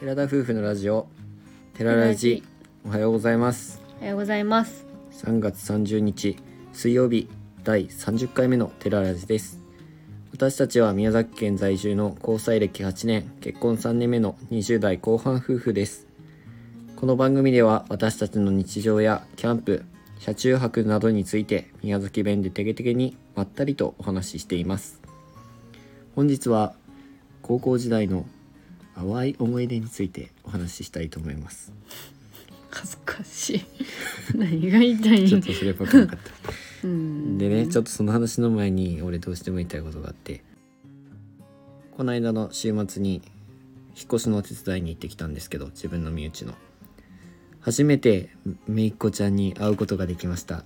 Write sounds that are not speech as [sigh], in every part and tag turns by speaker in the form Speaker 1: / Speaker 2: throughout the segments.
Speaker 1: 寺田夫婦のラジオ寺ラジおはようございます
Speaker 2: おはようございます
Speaker 1: 3月30日水曜日第30回目の寺ラジです私たちは宮崎県在住の交際歴8年結婚3年目の20代後半夫婦ですこの番組では私たちの日常やキャンプ車中泊などについて宮崎弁でてげてげにまったりとお話ししています本日は高校時代の淡い思い出についてお話ししたいと思います
Speaker 2: 恥ずかしい [laughs] 何が言いたい
Speaker 1: ちょっとそれっぽくなかった
Speaker 2: [laughs] うん
Speaker 1: でねちょっとその話の前に俺どうしても言いたいことがあってこの間の週末に引っ越しのお手伝いに行ってきたんですけど自分の身内の初めてめいっ子ちゃんに会うことができました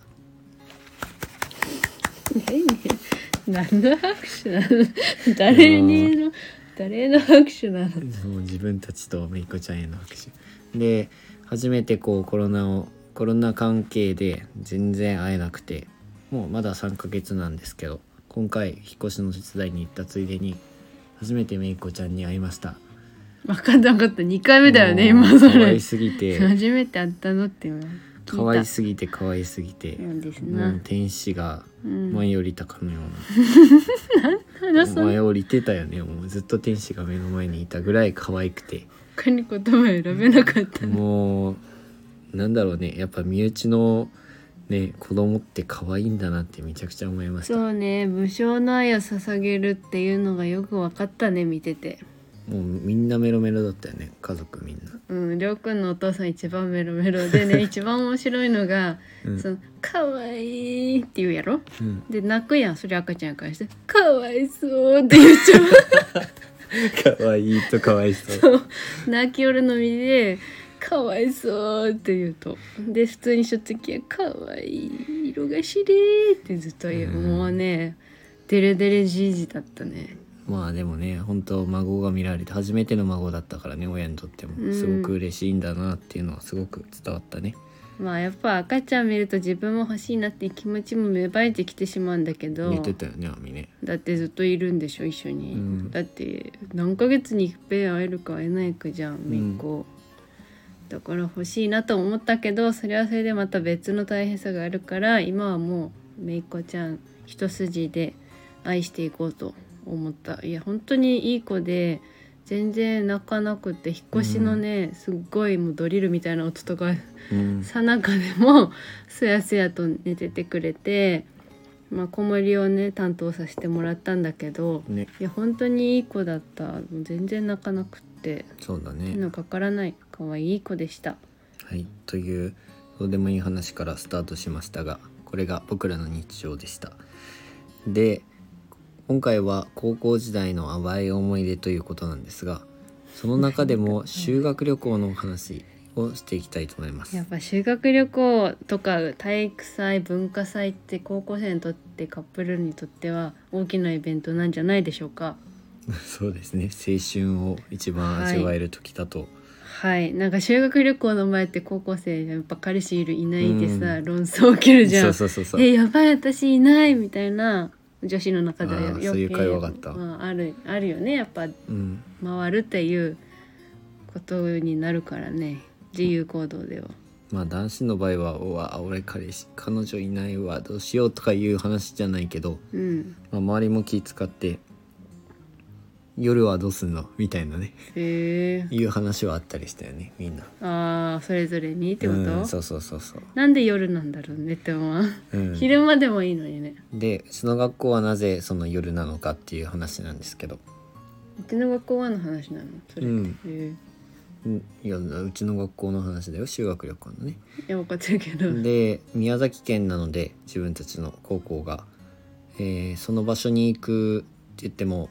Speaker 2: 何の拍手なの誰にの誰の拍手なの
Speaker 1: もう自分たちとめいっ子ちゃんへの拍手で初めてこうコロナをコロナ関係で全然会えなくてもうまだ3ヶ月なんですけど今回引っ越しの手伝いに行ったついでに初めてめいっ子ちゃんに会いました
Speaker 2: 分かんなかった二回目だよね
Speaker 1: もう
Speaker 2: 今そ
Speaker 1: 可
Speaker 2: れ
Speaker 1: 愛すぎ
Speaker 2: [laughs]
Speaker 1: て
Speaker 2: 初めて会ったのって聞いた
Speaker 1: 可愛すぎて可愛すぎて
Speaker 2: なんです
Speaker 1: もう
Speaker 2: な、
Speaker 1: 天使が
Speaker 2: うん、
Speaker 1: 舞い降りたかのような、
Speaker 2: 話すの
Speaker 1: 舞い降りてたよねもうずっと天使が目の前にいたぐらい可愛くて
Speaker 2: 他に言葉選べなか [laughs] ったの
Speaker 1: もうなんだろうねやっぱ身内のね子供って可愛いんだなってめちゃくちゃ思いまし
Speaker 2: そ
Speaker 1: たも
Speaker 2: うね無償の愛を捧げるっていうのがよく分かったね見てて
Speaker 1: うみんなメロメロだったよね家族みんな、
Speaker 2: うん、りょうくんのお父さん一番メロメロ [laughs] でね一番面白いのが
Speaker 1: うん
Speaker 2: 「そのかわいい」って言うやろ
Speaker 1: うん、 [laughs]
Speaker 2: で泣くやんそれ赤ちゃんやからして「かわいそう」って言っちゃ
Speaker 1: 可愛いと可哀想
Speaker 2: う泣きよるのみで「かわいそう」って言うとで普通にしょっつきは「かわいい色がしれー」ってずっと言う、
Speaker 1: うん
Speaker 2: もうねデレデレじいじだったね
Speaker 1: まあでもね本当孫が見られて初めての孫だったからね親にとっても
Speaker 2: うん
Speaker 1: すごく嬉しいんだなっていうのはすごく伝わったね
Speaker 2: まあやっぱ赤ちゃん見ると自分も欲しいなっていう気持ちも芽生えてきてしまうんだけど
Speaker 1: 寝てたよねあみね
Speaker 2: だってずっといるんでしょ一緒に、
Speaker 1: うん
Speaker 2: だって何ヶ月にいっぺん会えるか会えないかじゃんめっ子、だから欲しいなと思ったけどそれはそれでまた別の大変さがあるから今はもうめいっ子ちゃん一筋で愛していこうと思ったいや本当にいい子で全然泣かなくって引っ越しのね、すっごいもうドリルみたいな音とか
Speaker 1: うん
Speaker 2: さなかでも [laughs] すやすやと寝ててくれて、まあ、子守りをね担当させてもらったんだけど
Speaker 1: ね
Speaker 2: いや本当にいい子だったもう全然泣かなくって
Speaker 1: そうだ
Speaker 2: 手
Speaker 1: ね
Speaker 2: のかからない可愛い子でした
Speaker 1: はい、というどうでもいい話からスタートしましたがこれが僕らの日常でしたで今回は高校時代の淡い思い出ということなんですがその中でも修学旅行のお話をしていきたいと思います
Speaker 2: やっぱ修学旅行とか体育祭文化祭って高校生にとってカップルにとっては大きなイベントなんじゃないでしょうか
Speaker 1: [laughs] そうですね青春を一番味わえる時だと、
Speaker 2: はいなんか修学旅行の前って高校生やっぱ彼氏いるいないでさ、論争起きるじゃん
Speaker 1: そうそうそうそう
Speaker 2: えやばい私いないみたいな女子の中では
Speaker 1: あー
Speaker 2: 余計
Speaker 1: そういう会話があった
Speaker 2: まあ、あるあるよねやっぱ
Speaker 1: うん、
Speaker 2: 回るっていうことになるからね自由行動では、
Speaker 1: まあ男子の場合は「うわ俺彼氏彼女いないわどうしよう」とかいう話じゃないけど、
Speaker 2: うん、
Speaker 1: まあ、周りも気使って「夜はどうすんの?」みたいなね [laughs]
Speaker 2: へえ
Speaker 1: いう話はあったりしたよねみんな。
Speaker 2: あーそれぞれにってこと、
Speaker 1: うん、そうそうそうそう。
Speaker 2: なんで夜なんだろうねって思う、
Speaker 1: うん、
Speaker 2: 昼間でもいいのにね
Speaker 1: でうちの学校はなぜその夜なのかっていう話なんですけど、
Speaker 2: うちの学校はの話なのそれ、
Speaker 1: う
Speaker 2: へ
Speaker 1: ん、
Speaker 2: え
Speaker 1: うんいやうちの学校の話だよ修学旅行のね。
Speaker 2: いや分かってるけど、
Speaker 1: で宮崎県なので自分たちの高校が、えーその場所に行くって言っても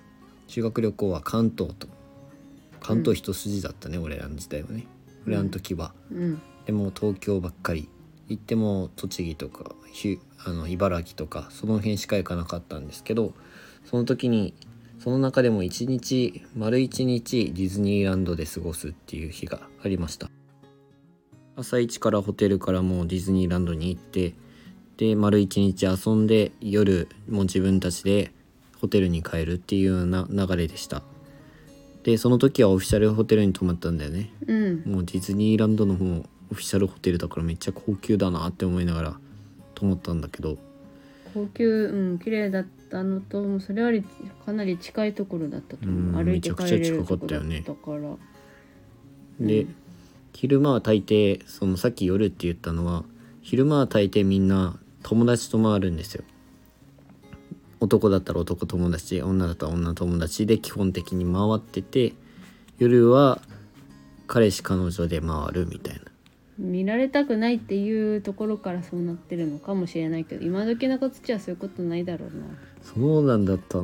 Speaker 1: 修学旅行は関東と関東一筋だったね、俺らの時代はね俺らの時は、
Speaker 2: うん
Speaker 1: でも東京ばっかり行っても栃木とかひゅあの茨城とかその辺しか行かなかったんですけどその時にその中でも一日丸一日ディズニーランドで過ごすっていう日がありました朝一からホテルからもうディズニーランドに行ってで丸一日遊んで夜もう自分たちでホテルに帰るっていうような流れでしたでその時はオフィシャルホテルに泊まったんだよね
Speaker 2: うん
Speaker 1: もうディズニーランドの方もオフィシャルホテルだからめっちゃ高級だなって思いながら泊まったんだけど
Speaker 2: 高級うん綺麗だったのともうそれよりかなり近いところだったと思う、
Speaker 1: うん
Speaker 2: 歩いて帰れる
Speaker 1: めちゃくちゃ近か
Speaker 2: と
Speaker 1: っ
Speaker 2: こ
Speaker 1: た
Speaker 2: だ
Speaker 1: よ
Speaker 2: っ
Speaker 1: ね
Speaker 2: たから
Speaker 1: で、
Speaker 2: うん
Speaker 1: 昼間は大抵そのさっき夜って言ったのは昼間は大抵みんな友達と回るんですよ男だったら男友達女だったら女友達で基本的に回ってて夜は彼氏彼女で回るみたいな
Speaker 2: 見られたくないっていうところからそうなってるのかもしれないけど今時の子たちはそういうことないだろうな
Speaker 1: そうなんだった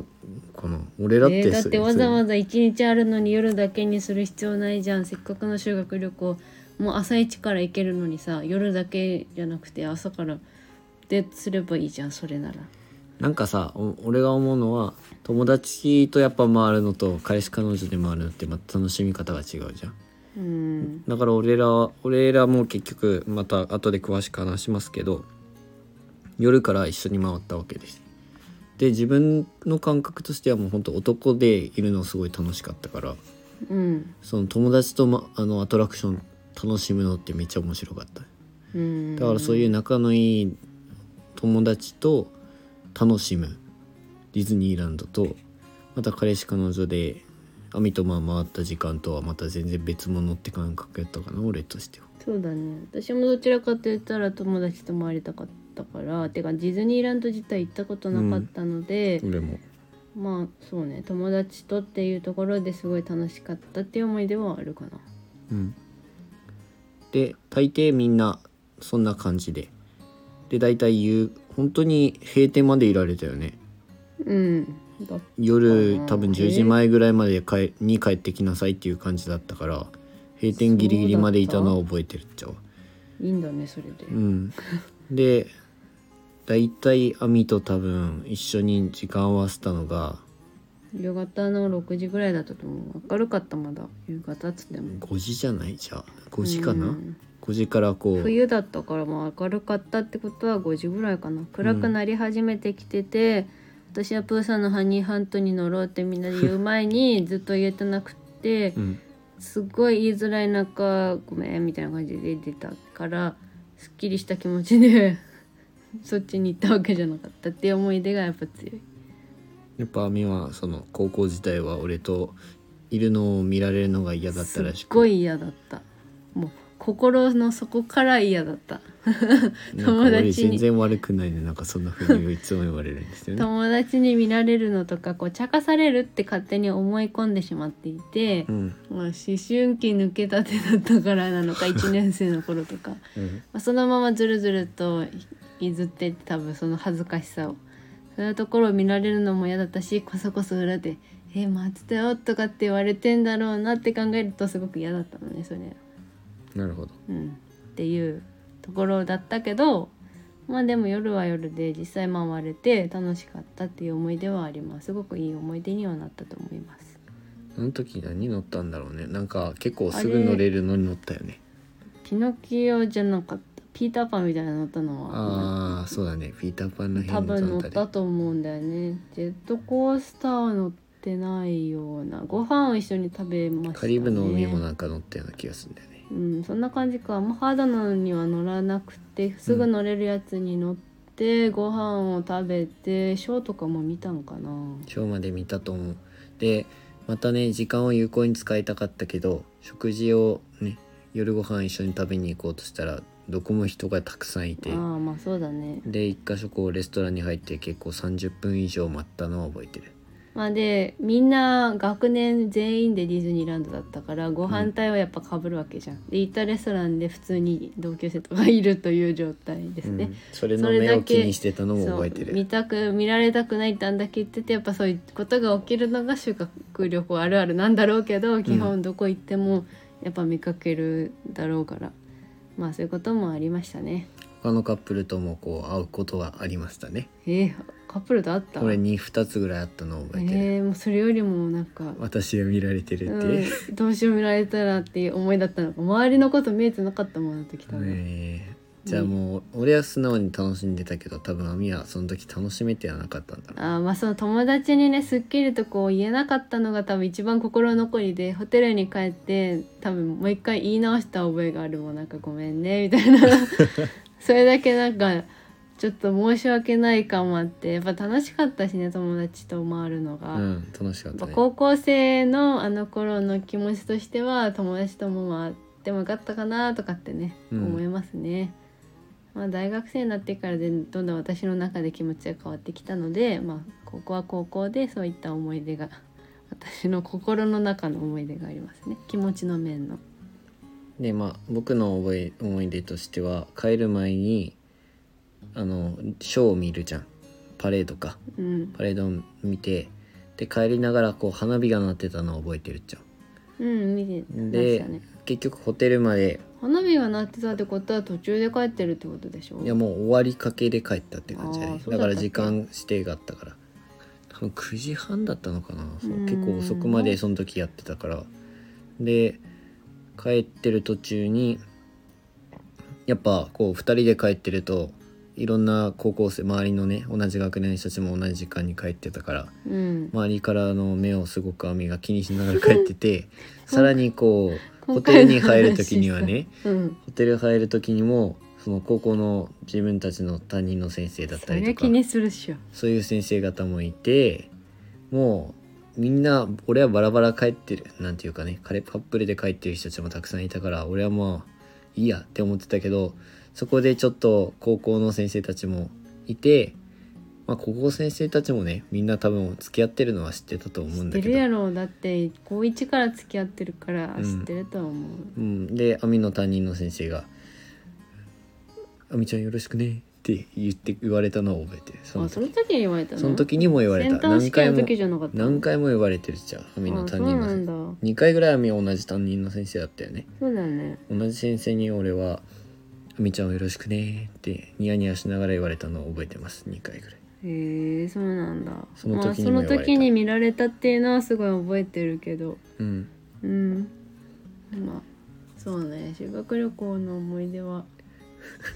Speaker 1: この俺らって
Speaker 2: えーだってわざ
Speaker 1: ざ
Speaker 2: わざ一日あるのに夜だけにする必要ないじゃんせっかくの修学旅行もう朝一から行けるのにさ夜だけじゃなくて朝からですればいいじゃんそれなら
Speaker 1: なんかさお俺が思うのは友達とやっぱ回るのと彼氏彼女で回るのってまた楽しみ方が違うじゃん
Speaker 2: うん
Speaker 1: だから俺らは俺らも結局また後で詳しく話しますけど夜から一緒に回ったわけですで自分の感覚としてはもう本当男でいるのすごい楽しかったから
Speaker 2: うん
Speaker 1: その友達と、ま、あのアトラクション楽しむのってめっちゃ面白かった
Speaker 2: うん
Speaker 1: だからそういう仲のいい友達と楽しむディズニーランドとまた彼氏彼女でアミとまあ回った時間とはまた全然別物って感覚やったかな俺としては。
Speaker 2: そうだね私もどちらかと言ったら友達と回りたかったからてかディズニーランド自体行ったことなかったので、
Speaker 1: 俺も
Speaker 2: まあそうね友達とっていうところですごい楽しかったっていう思い出はあるかな
Speaker 1: うん、で大抵みんなそんな感じでで大体夕本当に閉店までいられたよね
Speaker 2: うんだ
Speaker 1: 夜
Speaker 2: あー
Speaker 1: 多分10時前ぐらいまで帰に帰ってきなさいっていう感じだったから閉店ギリギリまでいたのは覚えてるっちゃう
Speaker 2: いいんだねそれで
Speaker 1: う、ん、で大体アミと多分一緒に時間を合わせたのが
Speaker 2: 夕方の6時ぐらいだったと思う明るかったまだ夕方っつっても
Speaker 1: 5時じゃないじゃあ5時か
Speaker 2: う
Speaker 1: なん5時からこう
Speaker 2: 冬だったからまあ明るかったってことは5時ぐらいかな暗くなり始めてきてて、私はプーさんの「ハニーハント」に乗ろうってみんなで言う前にずっと言えてなくって
Speaker 1: うん
Speaker 2: すっごい言いづらい中「ごめん」みたいな感じで出たからすっきりした気持ちで [laughs] そっちに行ったわけじゃなかったっていう思い出がやっぱ強い。
Speaker 1: やっぱアミはその高校時代は俺といるのを見られるのが嫌だっ
Speaker 2: す
Speaker 1: た
Speaker 2: っ
Speaker 1: らしく
Speaker 2: ごい嫌だったもう心の底から嫌だった
Speaker 1: なんか
Speaker 2: 友
Speaker 1: 俺
Speaker 2: 達
Speaker 1: 全
Speaker 2: に
Speaker 1: 然悪くないねなんかそんな風にいつも言われるんですよね。
Speaker 2: [laughs] 友達に見られるのとかこう茶化されるって勝手に思い込んでしまっていて
Speaker 1: う、ん
Speaker 2: まあ、思春期抜けたてだっ
Speaker 1: [laughs]
Speaker 2: たからなのか1年生の頃とか、ま
Speaker 1: うん
Speaker 2: あ、そのままずるずると譲ってって多分その恥ずかしさをそういうところを見られるのも嫌だったしこそこそ裏で「え待ってたよ」とかって言われてんだろうなって考えるとすごく嫌だったのねそれ。
Speaker 1: なるほど。
Speaker 2: うん、っていうところだったけどまあでも夜は夜で実際回れて楽しかったっていう思い出はありますすごくいい思い出にはなったと思います
Speaker 1: あの時何乗ったんだろうねなんか結構すぐ乗れるのに乗ったよね。
Speaker 2: ピノキオじゃなかったピーターパンみたいなの乗ったのは
Speaker 1: ああーそうだねピーターパンの
Speaker 2: 多
Speaker 1: 辺の
Speaker 2: 分乗っ
Speaker 1: あた
Speaker 2: たと思うんだよねジェットコースターは乗ってないようなご飯を一緒に食べました
Speaker 1: り
Speaker 2: ね
Speaker 1: カリブの海もなんか乗ったような気がするんだよね。
Speaker 2: うん、そんな感じかもうハードなのには乗らなくてすぐ乗れるやつに乗って、ご飯を食べてショーとかも見たんかな
Speaker 1: 今日まで見たと思う。でまたね時間を有効に使いたかったけど食事をね夜ご飯一緒に食べに行こうとしたらどこも人がたくさんい
Speaker 2: あ
Speaker 1: て
Speaker 2: あまあそうだね
Speaker 1: で一箇所こうレストランに入って結構30分以上待ったのは覚えてる。
Speaker 2: まあでみんな学年全員でディズニーランドだったからご飯隊はやっぱかぶるわけじゃん、で行ったレストランで普通に同級生とかいるという状態ですね、
Speaker 1: うんそれ
Speaker 2: そ
Speaker 1: の
Speaker 2: れ
Speaker 1: 目
Speaker 2: だ
Speaker 1: を
Speaker 2: け
Speaker 1: 気にしてたのも
Speaker 2: そ
Speaker 1: 覚え
Speaker 2: う
Speaker 1: てる
Speaker 2: 見たく見られたくないってあんだけ言っててやっぱそういうことが起きるのが修学旅行あるあるなんだろうけど基本どこ行ってもやっぱ見かけるだろうから、まあそういうこともありましたね
Speaker 1: 他のカップルともこう会うことはありましたね
Speaker 2: えー、カップルと会った
Speaker 1: 俺に2つぐらいあったのを覚えてる、
Speaker 2: えー、もうそれよりもなんか、
Speaker 1: 私が見られてるっていう、
Speaker 2: うん、どうしよう見られたらっていう思いだったのか周りのこと見えてなかったもんなってきたの、
Speaker 1: ねえじゃあもう俺は素直に楽しんでたけど多分アミはその時楽しめてはなかったんだろ
Speaker 2: あーまあその友達にねすっきりとこう言えなかったのが多分一番心残りでホテルに帰って多分もう一回言い直した覚えがあるもんなんかごめんねみたいなそれだけなんかちょっと申し訳ない感もあってやっぱ楽しかったしね友達と回るのが。
Speaker 1: ううん楽しかっ
Speaker 2: や
Speaker 1: た
Speaker 2: っぱ
Speaker 1: ね
Speaker 2: 高校生のあの頃の気持ちとしては友達とも回ってもよかったかなとかってね、
Speaker 1: うん
Speaker 2: 思いますね。まあ、大学生になってからでどんどん私の中で気持ちが変わってきたので、まあ、ここは高校でそういった思い出が私の心の中の思い出がありますね気持ちの面の。
Speaker 1: でまあ僕の覚え思い出としては帰る前にあのショーを見るじゃんパレードか
Speaker 2: うん
Speaker 1: パレードを見てで帰りながらこう花火が鳴ってたのを覚えてるじゃん
Speaker 2: うん、見てま
Speaker 1: で
Speaker 2: したね
Speaker 1: 結局ホテルまで
Speaker 2: 花火が鳴ってたってことは途中で帰ってるってことでしょ
Speaker 1: いやもう終わりかけで帰ったって感じだ
Speaker 2: あ
Speaker 1: ね
Speaker 2: ーそう
Speaker 1: だ
Speaker 2: だ
Speaker 1: か
Speaker 2: ったっけ
Speaker 1: ら時間指定があったから多分9時半だったのかなそう
Speaker 2: うん
Speaker 1: 結構遅くまでその時やってたからで帰ってる途中にやっぱこう2人で帰ってるといろんな高校生周りのね同じ学年の人たちも同じ時間に帰ってたから
Speaker 2: うん、
Speaker 1: 周りからの目をすごく網が気にしながら帰って
Speaker 2: [laughs]
Speaker 1: てさらにこうホ
Speaker 2: 今
Speaker 1: テル
Speaker 2: 回の
Speaker 1: に入る時には
Speaker 2: 話
Speaker 1: ね
Speaker 2: うん、
Speaker 1: ホテル入る時にもその高校の自分たちの担任の先生だっ
Speaker 2: そ
Speaker 1: た
Speaker 2: り
Speaker 1: り
Speaker 2: ゃ
Speaker 1: とか
Speaker 2: 気にするっしょ。
Speaker 1: そういう先生方もいてもうみんな俺はバラバラ帰ってるなんていうかねカレーパップルで帰ってる人たちもたくさんいたから俺はまあいいやって思ってたけどそこでちょっと高校の先生たちもいて、まあ、高校先生たちもねみんな多分付き合ってるのは知ってたと思うんだ
Speaker 2: 知って
Speaker 1: け
Speaker 2: る
Speaker 1: ど
Speaker 2: やろだって高一から付き合ってるから
Speaker 1: うん
Speaker 2: 知ってるとは思
Speaker 1: う
Speaker 2: う、
Speaker 1: ん、で網の担任の先生が「網ちゃんよろしくね」って言って言われたのを覚えてるその
Speaker 2: あその
Speaker 1: 時
Speaker 2: 時に言われたの
Speaker 1: その時にも言われた
Speaker 2: センター
Speaker 1: 何
Speaker 2: 試験
Speaker 1: 回
Speaker 2: の
Speaker 1: も
Speaker 2: 時じゃなかった
Speaker 1: 何回も言われてるじゃん網の
Speaker 2: あそう
Speaker 1: 担任の
Speaker 2: な
Speaker 1: 先
Speaker 2: んだ
Speaker 1: 生2回ぐらい網同じ担任の先生だったよね
Speaker 2: そうだよね
Speaker 1: 同じ先生に俺は「網ちゃんをよろしくね」ってニヤニヤしながら言われたのを覚えてます2回ぐらい
Speaker 2: へえそうなんだ
Speaker 1: その時にも言
Speaker 2: ま
Speaker 1: われ
Speaker 2: あ、そ
Speaker 1: た
Speaker 2: の時に見られたっていうのはすごい覚えてるけど
Speaker 1: うん
Speaker 2: うんまあそうね修学旅行の思い出は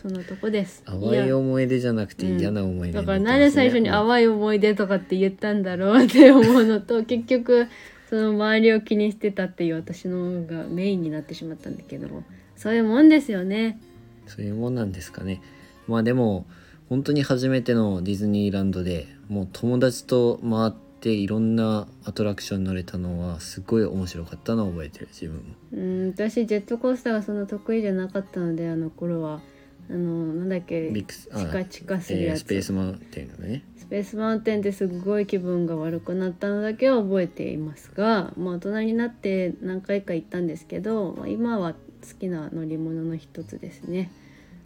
Speaker 2: そんなとこです
Speaker 1: [laughs] 淡い思い出じゃなくて
Speaker 2: いや
Speaker 1: 嫌な思い出
Speaker 2: だ
Speaker 1: に
Speaker 2: か
Speaker 1: な
Speaker 2: ら
Speaker 1: ってますね
Speaker 2: なんで最初に淡い思い出とかって言ったんだろうって思うのと
Speaker 1: [laughs]
Speaker 2: 結局その周りを気にしてたっていう私のがメインになってしまったんだけどそういうもんですよね
Speaker 1: そういうもんなんですかねまあでも本当に初めてのディズニーランドでもう友達と回っていろんなアトラクションに乗れたのはすごい面白かったのを覚えてる自分も
Speaker 2: うん私ジェットコースターがそんな得意じゃなかったのであの頃はあのなんだっけ
Speaker 1: ビ
Speaker 2: チ
Speaker 1: ッグスあ
Speaker 2: カチカする
Speaker 1: え
Speaker 2: や
Speaker 1: ー
Speaker 2: つ、
Speaker 1: スペースマウンテンのね
Speaker 2: スペースマウンテンですごい気分が悪くなったのだけは覚えていますが、まあ、大人になって何回か行ったんですけど、まあ、今は好きな乗り物の一つですね。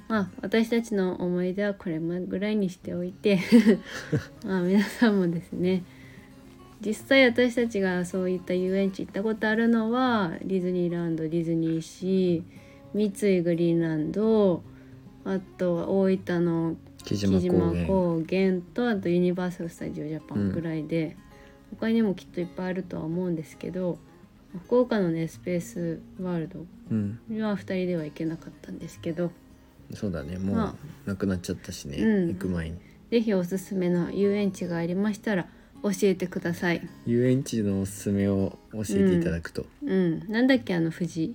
Speaker 2: まあ、私たちの思い出はこれぐらいにしておいてまあ皆さんもですね実際私たちがそういった遊園地行ったことあるのはディズニーランドディズニーシー三井グリーンランドあとは大分の
Speaker 1: 木島
Speaker 2: 木島
Speaker 1: 高原
Speaker 2: 高原とあとユニバーサル・スタジオ・ジャパンぐらいで、他にもきっといっぱいあるとは思うんですけど福岡のねスペースワールド
Speaker 1: うん
Speaker 2: には2人では行けなかったんですけど
Speaker 1: そうだねも
Speaker 2: ま
Speaker 1: うなくなっちゃったしね、
Speaker 2: うん
Speaker 1: 行く前に
Speaker 2: 是非おすすめの遊園地がありましたら教えてください。
Speaker 1: 遊園地のおすすめを教えていただくと、
Speaker 2: うん、なんだっけあの富士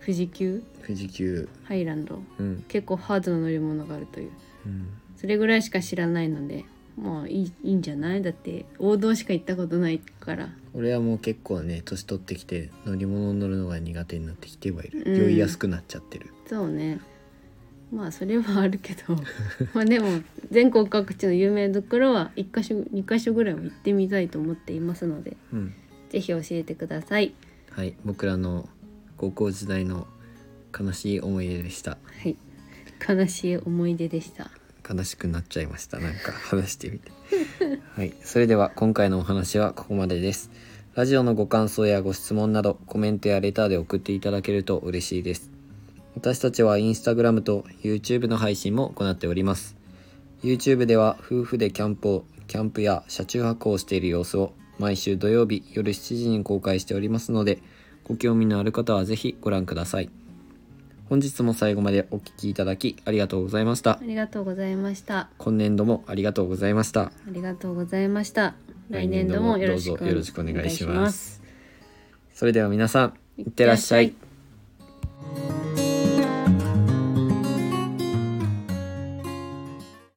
Speaker 2: 富士急
Speaker 1: 富士急
Speaker 2: ハイランド
Speaker 1: うん、
Speaker 2: 結構ハードな乗り物があるという
Speaker 1: うん、
Speaker 2: それぐらいしか知らないのでまあいいいいんじゃないだって王道しか行ったことないから
Speaker 1: 俺はもう結構ね年取ってきて乗り物に乗るのが苦手になってきてはいる、
Speaker 2: うん
Speaker 1: 酔いやすくなっちゃってる
Speaker 2: そうねまあそれはあるけど [laughs] まあでも全国各地の有名どころは1か所2か所ぐらいは行ってみたいと思っていますので
Speaker 1: うん
Speaker 2: ぜひ教えてください。
Speaker 1: はい、僕らの高校時代の悲しい思い出でした。
Speaker 2: はい、悲しい思い出でした。
Speaker 1: 悲しくなっちゃいました。なんか話してみて。 [laughs] はい、それでは今回のお話はここまでです。ラジオのご感想やご質問などコメントやレターで送っていただけると嬉しいです。私たちはインスタグラムと YouTube の配信も行っております。YouTube では夫婦でキャンプをキャンプや車中泊をしている様子を毎週土曜日夜7時に公開しておりますのでご興味のある方はぜひご覧ください。本日も最後までお聞きいただきありがとうございました
Speaker 2: ありがとうございました
Speaker 1: 今年度もありがとうございました
Speaker 2: ありがとうございました来年度もよろしく
Speaker 1: 来年度もどうぞよろしくお願いしますそれでは皆さんい
Speaker 2: い
Speaker 1: ってらっしゃい